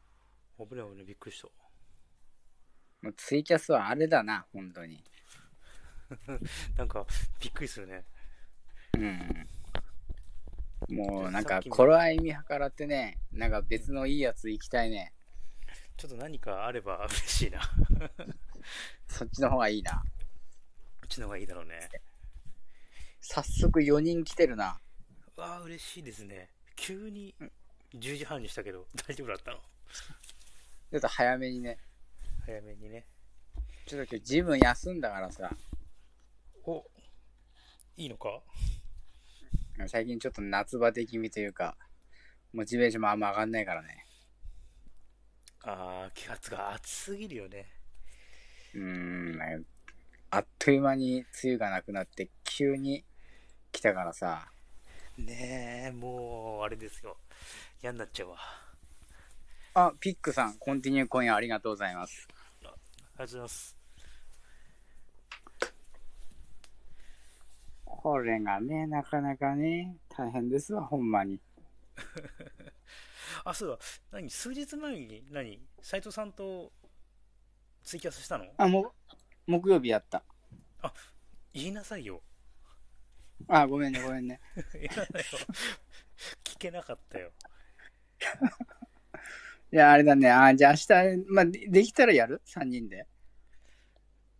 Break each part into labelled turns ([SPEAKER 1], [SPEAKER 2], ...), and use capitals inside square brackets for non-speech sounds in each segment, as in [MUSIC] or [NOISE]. [SPEAKER 1] 危ない危ない、びっくりした。
[SPEAKER 2] もうツイキャスはあれだな、本当に。
[SPEAKER 1] なんか、びっくりするね。
[SPEAKER 2] うん。もうなんか、頃合い見計らってね、なんか別のいいやつ行きたいね。
[SPEAKER 1] ちょっと何かあれば嬉しいな。こ [LAUGHS]
[SPEAKER 2] そっちの方がいいな。
[SPEAKER 1] っちの方がいいだろうね。
[SPEAKER 2] 早速4人来てるな。
[SPEAKER 1] うわあ、嬉しいですね。急に10時半にしたけど、大丈夫だったの
[SPEAKER 2] ちょっと早めにね。
[SPEAKER 1] 早めにね。
[SPEAKER 2] ちょっと今日ジム休んだからさ、
[SPEAKER 1] おいいのか
[SPEAKER 2] 最近ちょっと夏バテ気味というか、モチベーションもあんま上がんないからね。
[SPEAKER 1] ああ、気圧が暑すぎるよね。
[SPEAKER 2] うーん、なんかあっという間に梅雨がなくなって、急に来たからさ、
[SPEAKER 1] ねえ、もう、あれですよ。嫌になっちゃうわ。あ
[SPEAKER 2] あ、ピックさん、コンティニューコインありがとうございます。
[SPEAKER 1] りがとうございます。
[SPEAKER 2] これがね、なかなかね、大変ですわ、ほんまに。
[SPEAKER 1] あ、そうだ。何数日前に、何斎藤さんとツイキャスしたの
[SPEAKER 2] あ、もう、木曜日やった。
[SPEAKER 1] 言いなさいよ。
[SPEAKER 2] あ、ごめんね、ごめんね。
[SPEAKER 1] 言いなさいよ。聞けなかったよ。
[SPEAKER 2] いや、あれだね、あ、じゃあ明日、まあ、でできたらやる ?3 人で。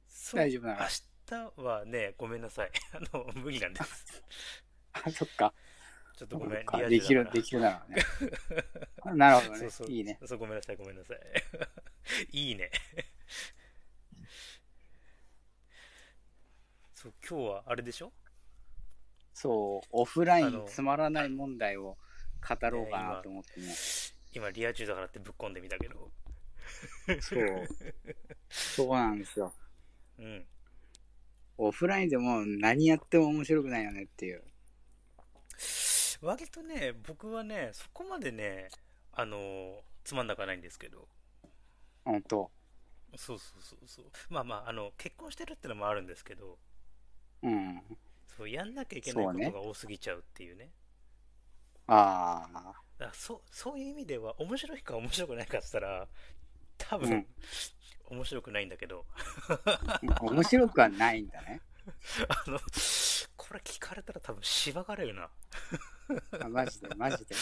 [SPEAKER 1] そう
[SPEAKER 2] 大丈夫なの
[SPEAKER 1] 明日はね、ごめんなさい。 [LAUGHS] あの、無理なんです。
[SPEAKER 2] あ、そっか。
[SPEAKER 1] ちょっとごめん。
[SPEAKER 2] そっか
[SPEAKER 1] リ
[SPEAKER 2] で
[SPEAKER 1] ア
[SPEAKER 2] き
[SPEAKER 1] 充だ
[SPEAKER 2] る
[SPEAKER 1] か、ら
[SPEAKER 2] できるならね。なるほど
[SPEAKER 1] [LAUGHS] そ
[SPEAKER 2] ね
[SPEAKER 1] うそう。
[SPEAKER 2] いいね。
[SPEAKER 1] そう、ごめんなさい、ごめんなさい。いい [LAUGHS] ね。そう、今日はあれでしょ
[SPEAKER 2] そう、オフライ
[SPEAKER 1] あ
[SPEAKER 2] ン
[SPEAKER 1] の
[SPEAKER 2] つまらない問題を語ろうかなと思ってね。
[SPEAKER 1] 今、リア充だからってぶっ込んでみたけど。 [LAUGHS]
[SPEAKER 2] そう。そうなんですよ。
[SPEAKER 1] うん。
[SPEAKER 2] オフラインでも何やっても面白くないよねっていう。
[SPEAKER 1] 割とね、僕はね、そこまでね、あの、つまんなくはないんですけど。
[SPEAKER 2] 本当。
[SPEAKER 1] そうそうそうそう。まあまあ、あの、結婚してるってのもあるんですけど、
[SPEAKER 2] うん。
[SPEAKER 1] そう、やんなきゃいけないこ
[SPEAKER 2] そうね
[SPEAKER 1] とが多すぎちゃうっていうね。
[SPEAKER 2] ああ。
[SPEAKER 1] だからそそういう意味では面白いか面白くないかって言ったら多
[SPEAKER 2] う
[SPEAKER 1] 分
[SPEAKER 2] ん、
[SPEAKER 1] 面白くないんだけど [LAUGHS]
[SPEAKER 2] 面白くはないんだね。
[SPEAKER 1] あのこれ聞かれたら多分しばかれるな
[SPEAKER 2] あマジで、マジで。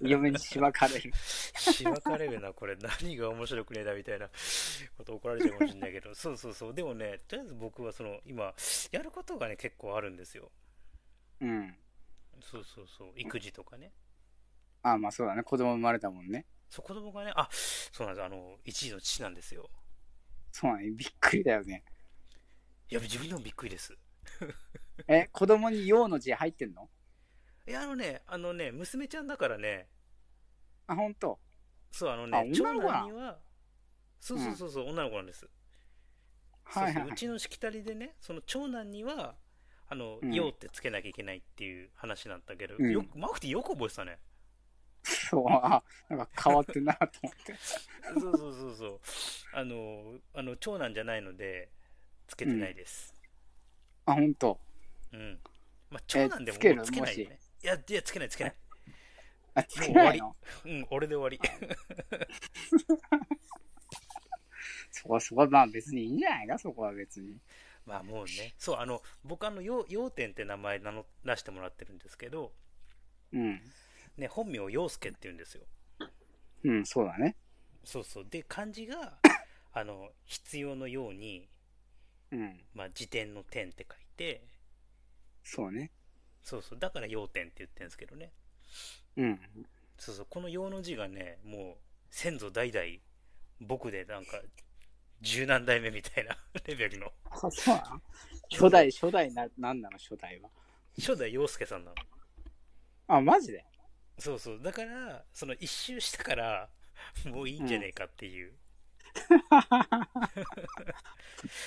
[SPEAKER 2] 嫁にしばかれる。
[SPEAKER 1] しばかれるなこれ何が面白くねえだみたいなこと怒られちゃうかもしれないけどそうそうそうでもねとりあえず僕はその今やることがね結構あるんですよ
[SPEAKER 2] うん。
[SPEAKER 1] そうそうそう育児とかね
[SPEAKER 2] ああ、まあそうだね。子供生まれたもんね。
[SPEAKER 1] そう子供がねあそうなんですあの一児の父なんですよ
[SPEAKER 2] そうだね。びっくりだよね。
[SPEAKER 1] いや自分でもびっくりです
[SPEAKER 2] え、子供に用の字入ってんの
[SPEAKER 1] いやあのねあのね娘ちゃんだからね
[SPEAKER 2] あ、本当。
[SPEAKER 1] そう、あの
[SPEAKER 2] あ
[SPEAKER 1] ね、長
[SPEAKER 2] 女の子な
[SPEAKER 1] 男
[SPEAKER 2] の
[SPEAKER 1] には、そうそうそうそう、女の子なんです。そう
[SPEAKER 2] はい
[SPEAKER 1] そ
[SPEAKER 2] は
[SPEAKER 1] う
[SPEAKER 2] いう
[SPEAKER 1] ちのしきたりでね、その長男には、あの、
[SPEAKER 2] うん
[SPEAKER 1] ようってつけなきゃいけないっていう話なんだけど、
[SPEAKER 2] うん
[SPEAKER 1] よく、マフティーよく覚えてたね。
[SPEAKER 2] そう、あ、なんか変わってんなと思って。
[SPEAKER 1] そうそうそうそう。あの、あの、長男じゃないので、つけてないです。
[SPEAKER 2] あ、本当。
[SPEAKER 1] うん。まあ、長男でも
[SPEAKER 2] つける
[SPEAKER 1] もうつけないよね。いや、いや、つけない、つけない。
[SPEAKER 2] あ、つけないの
[SPEAKER 1] うん、俺で終わり。 [LAUGHS]
[SPEAKER 2] そこは、そこは、まあ別にいいんじゃないか、そこは別に。
[SPEAKER 1] まあもうね、そう、あの、僕、あの、よう、ようてんって名前名乗らしてもらってるんですけど、
[SPEAKER 2] うん。
[SPEAKER 1] ね、本名、ようすけって言うんですよ。
[SPEAKER 2] うん、そうだね。
[SPEAKER 1] そうそう。で、漢字
[SPEAKER 2] [COUGHS]
[SPEAKER 1] が、あの、必要のように、
[SPEAKER 2] うん。
[SPEAKER 1] まあ、辞典の点って書いて、
[SPEAKER 2] そうね。
[SPEAKER 1] そうそう。だから、要点って言ってるんですけどね。
[SPEAKER 2] うん。
[SPEAKER 1] そうそう。この要の字がね、もう、先祖代々、僕でなんか、十何代目みたいな [LAUGHS] レベルの。
[SPEAKER 2] あ、そうなの初代、初代な、なんなの、初代は。
[SPEAKER 1] 初代陽介さんなの。
[SPEAKER 2] あ、マジで [LAUGHS]
[SPEAKER 1] そうそう。だから、その一周したから、もういいんじゃねえかっていう。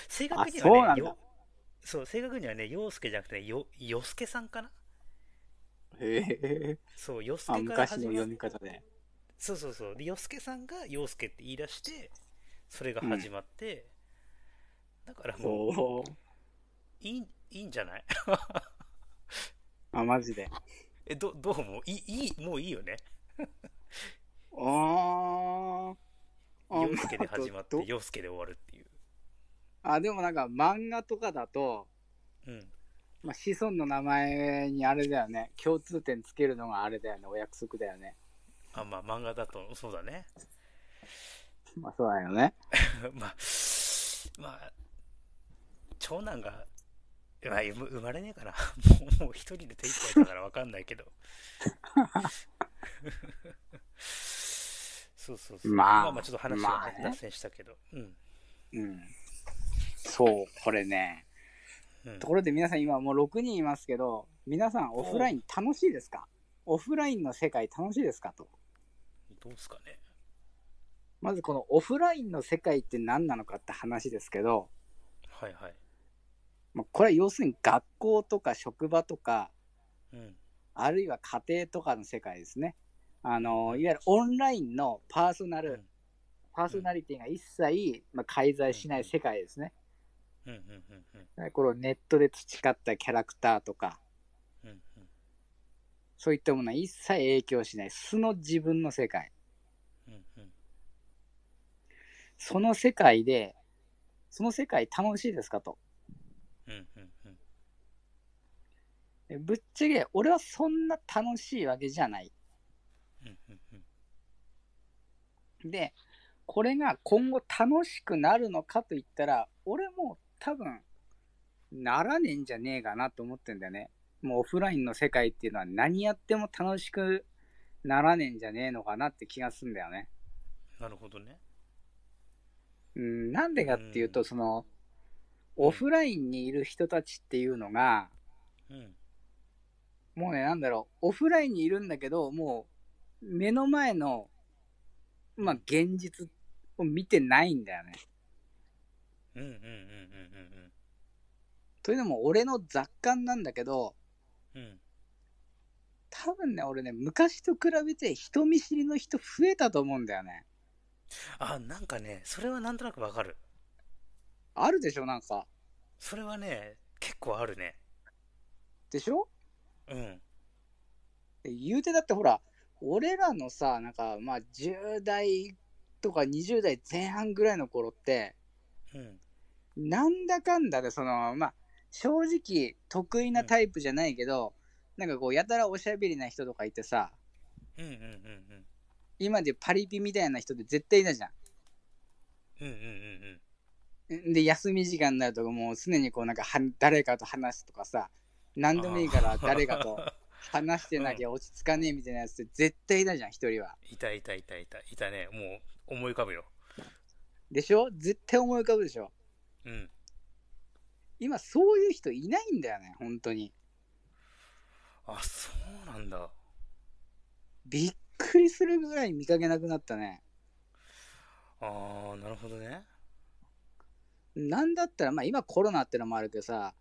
[SPEAKER 1] 正確にはね
[SPEAKER 2] あそうなんだ
[SPEAKER 1] よそう、正確にはね、陽介じゃなくて、よ、よすけさんかな
[SPEAKER 2] へえ。
[SPEAKER 1] そう、よす
[SPEAKER 2] あ、
[SPEAKER 1] けから
[SPEAKER 2] 昔の
[SPEAKER 1] 始ま
[SPEAKER 2] 読
[SPEAKER 1] っ
[SPEAKER 2] み
[SPEAKER 1] [LAUGHS]
[SPEAKER 2] 方で。
[SPEAKER 1] そうそうそう。で、よすけさんがようすけって言い出して、それが始まって、だからもう、
[SPEAKER 2] おお。
[SPEAKER 1] いい、いいんじゃない [LAUGHS]
[SPEAKER 2] あ、マジで。
[SPEAKER 1] え、ど、どうもいい、いい、もういいよね。
[SPEAKER 2] あー。
[SPEAKER 1] 始まっ
[SPEAKER 2] ど
[SPEAKER 1] て
[SPEAKER 2] ど、
[SPEAKER 1] 洋介で終わるっていう。
[SPEAKER 2] あ、でもなんか漫画とかだと、
[SPEAKER 1] うん。
[SPEAKER 2] まあ、子孫の名前にあれだよね。共通点つけるのがあれだよね。お約束だよね。
[SPEAKER 1] あ、まあ、漫画だと、そうだね。
[SPEAKER 2] まあそうだよね。
[SPEAKER 1] [LAUGHS] まあ、まあ、長男が、まあ、生ま生まれねえかな。も [LAUGHS] う、もう一人で手一杯だからわかんない
[SPEAKER 2] [LAUGHS]
[SPEAKER 1] けど。そうそうそう。
[SPEAKER 2] まあ
[SPEAKER 1] まあ、ちょっと話は、
[SPEAKER 2] まあね
[SPEAKER 1] 脱線したけど。うん。
[SPEAKER 2] うん。そう、これね。
[SPEAKER 1] うん
[SPEAKER 2] ところで皆さん今もう6人いますけど、皆さんオフライン楽しいですかオフラインの世界楽しいですかと。
[SPEAKER 1] どうすかね。
[SPEAKER 2] まずこのオフラインの世界って何なのかって話ですけど、
[SPEAKER 1] はいはい。
[SPEAKER 2] まあ、これは要するに学校とか職場とか、
[SPEAKER 1] うん。
[SPEAKER 2] あるいは家庭とかの世界ですね。あの、いわゆるオンラインのパーソナル、
[SPEAKER 1] うん
[SPEAKER 2] パーソナリティが一切、まあ、介在しない世界ですね。
[SPEAKER 1] うんうんうんうん
[SPEAKER 2] これをネットで培ったキャラクターとか、
[SPEAKER 1] うんうん
[SPEAKER 2] そういったものは一切影響しない素の自分の世界。
[SPEAKER 1] うんうん
[SPEAKER 2] その世界で、その世界楽しいですかと。
[SPEAKER 1] うんうんうん
[SPEAKER 2] えぶっちゃけ、俺はそんな楽しいわけじゃない。
[SPEAKER 1] うんうんうん
[SPEAKER 2] で、これが今後楽しくなるのかと言ったら、俺も多分、ならねえんじゃねえかなと思ってんだよね。もうオフラインの世界っていうのは何やっても楽しくならねえんじゃねえのかなって気がすんだよね。
[SPEAKER 1] なるほどね。
[SPEAKER 2] うん、なんでかっていう
[SPEAKER 1] う
[SPEAKER 2] と、
[SPEAKER 1] ん
[SPEAKER 2] その、オフラインにいる人たちっていうのが、
[SPEAKER 1] うん。
[SPEAKER 2] もうね、なんだろう、オフラインにいるんだけど、もう、目の前の、まあ、現実を見てないんだよね。
[SPEAKER 1] うんうんうんうん
[SPEAKER 2] というのも、俺の雑感なんだけど、
[SPEAKER 1] うんうん。
[SPEAKER 2] 多分ね、俺ね、昔と比べて人見知りの人増えたと思うんだよね。
[SPEAKER 1] あ、なんかね、それはなんとなくわかる。
[SPEAKER 2] あるでしょ、なんか。
[SPEAKER 1] それはね、結構あるね。
[SPEAKER 2] でしょ
[SPEAKER 1] うん。
[SPEAKER 2] で言うてだってほら、俺らのさ、なんか、まあ、10代とか20代前半ぐらいの頃って、
[SPEAKER 1] うん。
[SPEAKER 2] なんだかんだで、その、まあ、正直、得意なタイプじゃないけど、なんかこう、やたらおしゃべりな人とかいてさ、
[SPEAKER 1] うんうんうんうん。
[SPEAKER 2] 今でパリピみたいな人って絶対いたじゃ
[SPEAKER 1] うんうんうん
[SPEAKER 2] ん。んで、休み時間になると、もう常にこう、なんかは、誰かと話すとかさ、何でもいいから誰
[SPEAKER 1] [LAUGHS]
[SPEAKER 2] かと話してなきゃ落ち着かねえみたいなやつって絶対いたじゃん、一人は。
[SPEAKER 1] うん。いたいたいたいた。いたね。もう思い浮かぶよ。
[SPEAKER 2] でしょ絶対思い浮かぶでしょ。
[SPEAKER 1] うん。
[SPEAKER 2] 今、そういう人いないんだよね、本当に。
[SPEAKER 1] あ、そうなんだ。
[SPEAKER 2] びっくりするぐらい見かけなくなったね。
[SPEAKER 1] あー、なるほどね。
[SPEAKER 2] なんだったら、まあ今コロナってのもあるけどさ、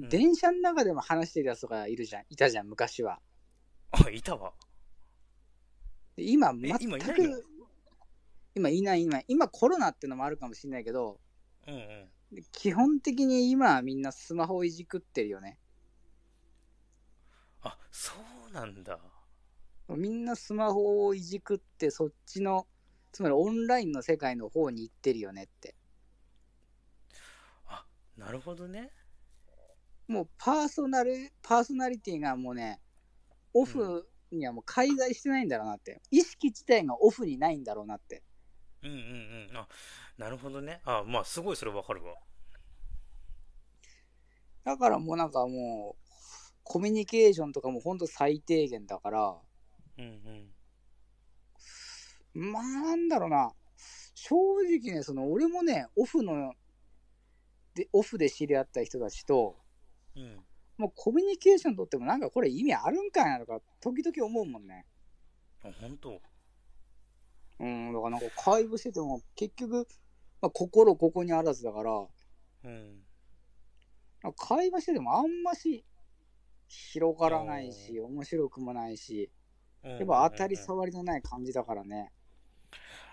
[SPEAKER 1] ん
[SPEAKER 2] 電車の中でも話してるやつとかいるじゃん、いたじゃん、昔は。
[SPEAKER 1] あ、いたわ。
[SPEAKER 2] で今、
[SPEAKER 1] え
[SPEAKER 2] 全
[SPEAKER 1] 今いないの
[SPEAKER 2] く、今いない、今、今コロナってのもあるかもしれないけど、
[SPEAKER 1] うんうん。
[SPEAKER 2] で基本的に今はみんなスマホをいじくってるよね。
[SPEAKER 1] あ、そうなんだ。
[SPEAKER 2] みんなスマホをいじくって、そっちの、つまりオンラインの世界の方に行ってるよねって。
[SPEAKER 1] あ、なるほどね。
[SPEAKER 2] もうパーソナル、パーソナリティがもうね、オフにはもう介在してないんだろうなって。意識自体がオフにないんだろうなって。
[SPEAKER 1] うんうんうん。あ、なるほどね。あ、まあすごいそれわかるわ。
[SPEAKER 2] だからもうなんかもう、コミュニケーションとかもほんと最低限だから、
[SPEAKER 1] うんうん。
[SPEAKER 2] まあなんだろうな、正直ね、その俺もね、オフの、で、オフで知り合った人たちと、
[SPEAKER 1] うん。
[SPEAKER 2] もうコミュニケーションとってもなんかこれ意味あるんかいなとか、時々思うもんね。
[SPEAKER 1] あ、本当。
[SPEAKER 2] うん、だからなんか会話してても、結局、まあ、心ここにあらずだから、
[SPEAKER 1] うん。
[SPEAKER 2] なんか会話しててもあんまし広がらないし、面白くもないし、
[SPEAKER 1] や
[SPEAKER 2] やっぱ当たり障りのない感じだからね。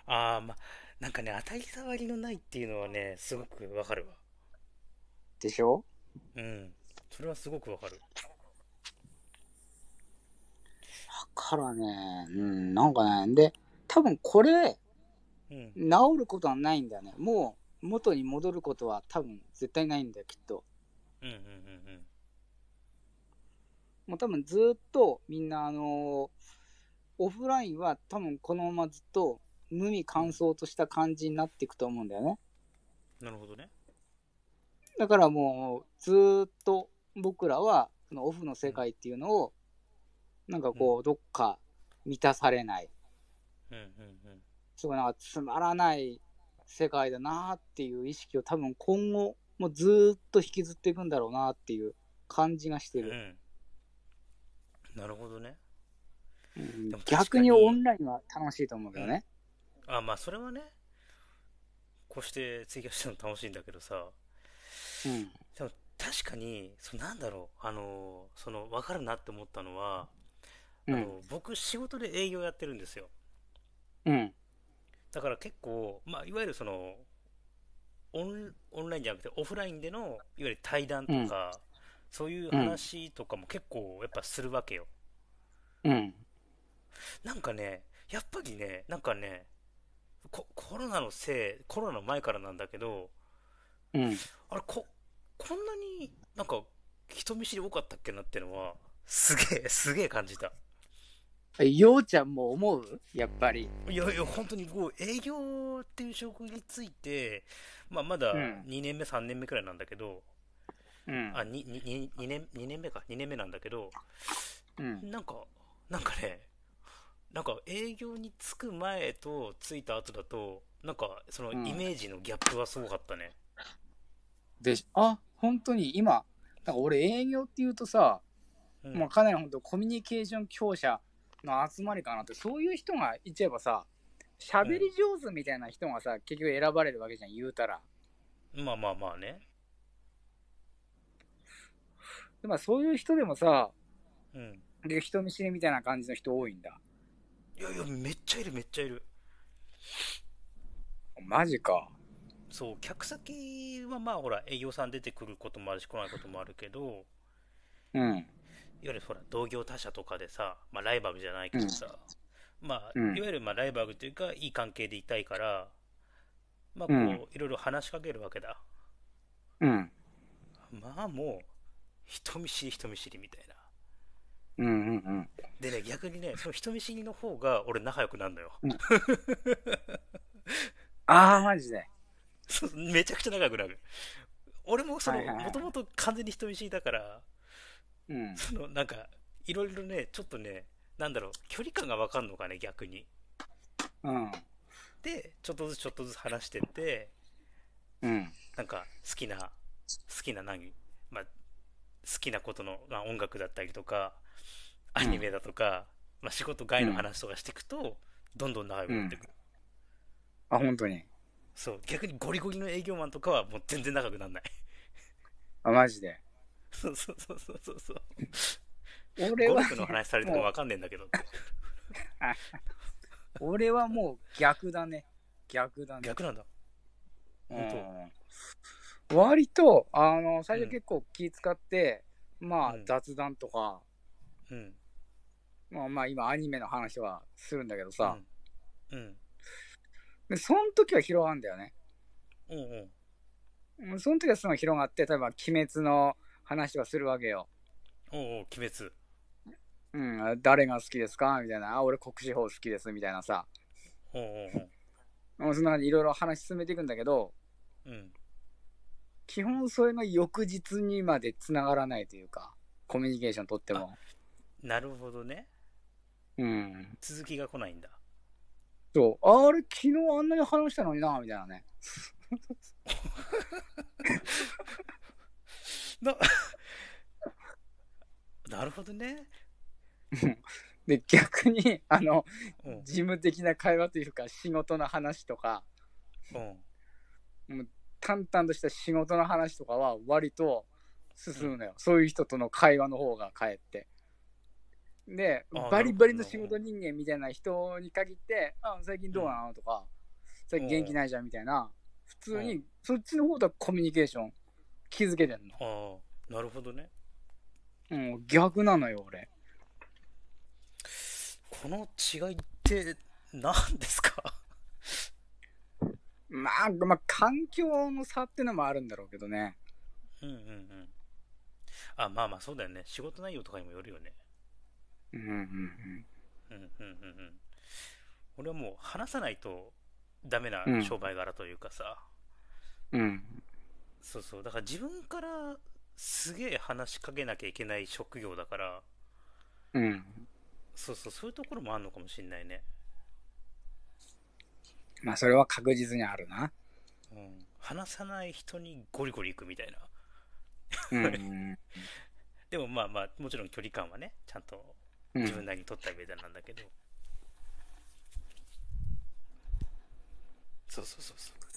[SPEAKER 1] ああ、まあ、なんかね、当たり障りのないっていうのはね、すごくわかるわ。
[SPEAKER 2] でしょ
[SPEAKER 1] うん。それはすごくわかる。
[SPEAKER 2] だからね、うん、なんかね、で、多分これ、
[SPEAKER 1] うん。
[SPEAKER 2] 治ることはないんだよね。もう元に戻ることは多分絶対ないんだよ、きっと。
[SPEAKER 1] うんうんうん
[SPEAKER 2] もう多分ずっとみんなあのーオフラインは多分このままずっと無味乾燥とした感じになっていくと思うんだよね。
[SPEAKER 1] うん。なるほどね。
[SPEAKER 2] だからもうずっと僕らはそのオフの世界っていうのをなんかこうどっか満たされない、
[SPEAKER 1] うんうん
[SPEAKER 2] すごいなんかつまらない世界だなっていう意識を多分今後もずっと引きずっていくんだろうなっていう感じがして
[SPEAKER 1] うん。う
[SPEAKER 2] る。
[SPEAKER 1] ん。なるほどね。
[SPEAKER 2] うん
[SPEAKER 1] でも確かに
[SPEAKER 2] 逆にオンラインは楽しいと思うけどね。
[SPEAKER 1] あ、まあそれはね、こうして追加しても楽しいんだけどさ、
[SPEAKER 2] うん。
[SPEAKER 1] でも確かに、そのなんだろう、あの、その分かるなって思ったのは、あ
[SPEAKER 2] う
[SPEAKER 1] の
[SPEAKER 2] ん。
[SPEAKER 1] 僕仕事で営業やってるんですよ。
[SPEAKER 2] うん。
[SPEAKER 1] だから結構、まあ、いわゆるそのオン、オンラインじゃなくてオフラインでのいわゆる対談とか、そういう話とかも結構やっぱするわけよ。
[SPEAKER 2] うん。
[SPEAKER 1] なんかね、やっぱりね、なんかね、ココロナのせい、コロナの前からなんだけど、
[SPEAKER 2] うん。
[SPEAKER 1] あれ、こ、こんなになんか人見知り多かったっけなってのは、すげえ、すげえ感じた。
[SPEAKER 2] えようちゃんも思うやっぱり。
[SPEAKER 1] いやいや、本当にこう営業っていう職について、まあ、まだ
[SPEAKER 2] うん
[SPEAKER 1] 2年目、3年目くらいなんだけど、
[SPEAKER 2] うん
[SPEAKER 1] あ、ににに2年、2年目か、2年目なんだけど、
[SPEAKER 2] うん。
[SPEAKER 1] なんか、なんかね、なんか営業に着く前と着いた後だと、なんかその
[SPEAKER 2] うん
[SPEAKER 1] イメージのギャップはすごかったね。
[SPEAKER 2] でし、あ、本当に今、なんか俺営業っていうとさ、
[SPEAKER 1] うん、
[SPEAKER 2] もうかなり本当コミュニケーション強者の集まりかなって、そういう人がいちゃえばさ、喋り上手みたいな人がさ、結局選ばれるわけじゃん、言うたら。
[SPEAKER 1] まあまあまあね。
[SPEAKER 2] でまあそういう人でもさ、
[SPEAKER 1] うん。
[SPEAKER 2] 結局人見知りみたいな感じの人多いんだ。
[SPEAKER 1] いやいや、めっちゃいる、めっちゃいる。
[SPEAKER 2] マジか。
[SPEAKER 1] そう、客先はまあほら、営業さん出てくることもあるし、来ないこともあるけど、
[SPEAKER 2] うん。
[SPEAKER 1] いわゆるほら同業他社とかでさ、まあ、ライバルじゃないけどさ、まあ、
[SPEAKER 2] うん
[SPEAKER 1] いわゆるまあライバルというかいい関係でいたいから、まあこ
[SPEAKER 2] う
[SPEAKER 1] う、
[SPEAKER 2] ん
[SPEAKER 1] いろいろ話しかけるわけだ
[SPEAKER 2] うん。
[SPEAKER 1] まあもう人見知り人見知りみたいな
[SPEAKER 2] うんうんうん。
[SPEAKER 1] でね逆にねその人見知りの方が俺仲良くなるのよ [LAUGHS]
[SPEAKER 2] ああ、マジで。
[SPEAKER 1] そうめちゃくちゃ仲良くなる俺もその
[SPEAKER 2] はいはいはい
[SPEAKER 1] もともと完全に人見知りだから
[SPEAKER 2] うん。
[SPEAKER 1] そのなんかいろいろねちょっとねなんだろう距離感が分かんのかね逆に
[SPEAKER 2] うん。
[SPEAKER 1] でちょっとずつちょっとずつ話してって
[SPEAKER 2] うん。
[SPEAKER 1] なんか好きな、好きな何、まあ、好きなことの、まあ、音楽だったりとか、アニメだとか、まあ、仕事外の話とかしていくと、どんどん長くなっていくる、
[SPEAKER 2] あ、本当に。
[SPEAKER 1] そう、逆にゴリゴリの営業マンとかはもう全然長くならない。 [LAUGHS]
[SPEAKER 2] あ、マジで。
[SPEAKER 1] そうそうそうそうそうそう。
[SPEAKER 2] 俺
[SPEAKER 1] ゴ
[SPEAKER 2] は
[SPEAKER 1] ル、フの話されてもわかんねえんだけどって。
[SPEAKER 2] 俺はもう逆だね。逆だね。
[SPEAKER 1] 逆なんだ。本
[SPEAKER 2] うん割と、あの、最
[SPEAKER 1] うん
[SPEAKER 2] 初結構気使って、まあ
[SPEAKER 1] うん
[SPEAKER 2] 雑談とか、
[SPEAKER 1] うん。
[SPEAKER 2] まあまあ今アニメの話はするんだけどさ、
[SPEAKER 1] うん。
[SPEAKER 2] でその時は広がるんだよね。
[SPEAKER 1] うん。うんうん。
[SPEAKER 2] うんその時はすごい広がって、例えば鬼滅の話はするわけよ。
[SPEAKER 1] おうおう、鬼滅。
[SPEAKER 2] うん、誰が好きですかみたいな。あ、俺国士法好きです。みたいなさ。
[SPEAKER 1] おうおうおう。
[SPEAKER 2] うんそんな感じでいろいろ話進めていくんだけど、
[SPEAKER 1] うん。
[SPEAKER 2] 基本それが翌日にまで繋がらないというか、コミュニケーション取っても。
[SPEAKER 1] なるほどね。
[SPEAKER 2] うん。
[SPEAKER 1] 続きが来ないんだ。
[SPEAKER 2] そう、あれ、昨日あんなに話したのにな、みたいなね。
[SPEAKER 1] な、なるほどね。
[SPEAKER 2] で、逆に、あの、
[SPEAKER 1] うん。
[SPEAKER 2] 事務的な会話というか、仕事の話とか、
[SPEAKER 1] うん。
[SPEAKER 2] 淡々とした仕事の話とかは、割と進むのよ。そういう人との会話の方が、かえって。で
[SPEAKER 1] あー、
[SPEAKER 2] バリバリの
[SPEAKER 1] なる
[SPEAKER 2] 仕
[SPEAKER 1] ほど
[SPEAKER 2] 事人間みたいな人に限って、あ、最近どうなのとか、最近元気ないじゃん、みたいな。普通
[SPEAKER 1] う
[SPEAKER 2] に、そっちの方とはコミュニケーション、気づけてんの。
[SPEAKER 1] ああ、なるほどね。
[SPEAKER 2] うん、逆なのよ、俺。
[SPEAKER 1] この違いって何ですか
[SPEAKER 2] まあ、まあ、環境の差っていうのもあるんだろうけどね。
[SPEAKER 1] [LAUGHS] うんうんうん。あ、まあまあ、そうだよね。仕事内容とかにもよるよね。
[SPEAKER 2] うんうんうん。
[SPEAKER 1] うんうんうんうん。俺はもう話さないとダメな
[SPEAKER 2] うん
[SPEAKER 1] 商売柄というかさ。
[SPEAKER 2] うん。
[SPEAKER 1] そうそう。だから自分からすげえ話しかけなきゃいけない職業だから、
[SPEAKER 2] うん。
[SPEAKER 1] そうそう、そういうところもあるのかもしんないね。
[SPEAKER 2] まあ、それは確実にあるな。
[SPEAKER 1] うん。話さない人にゴリゴリ行くみたいな。
[SPEAKER 2] うんうん。
[SPEAKER 1] でもまあまあ、もちろん距離感はね、ちゃんと
[SPEAKER 2] うん
[SPEAKER 1] 自分なりに取った上でなんだけど。そうそうそうそう。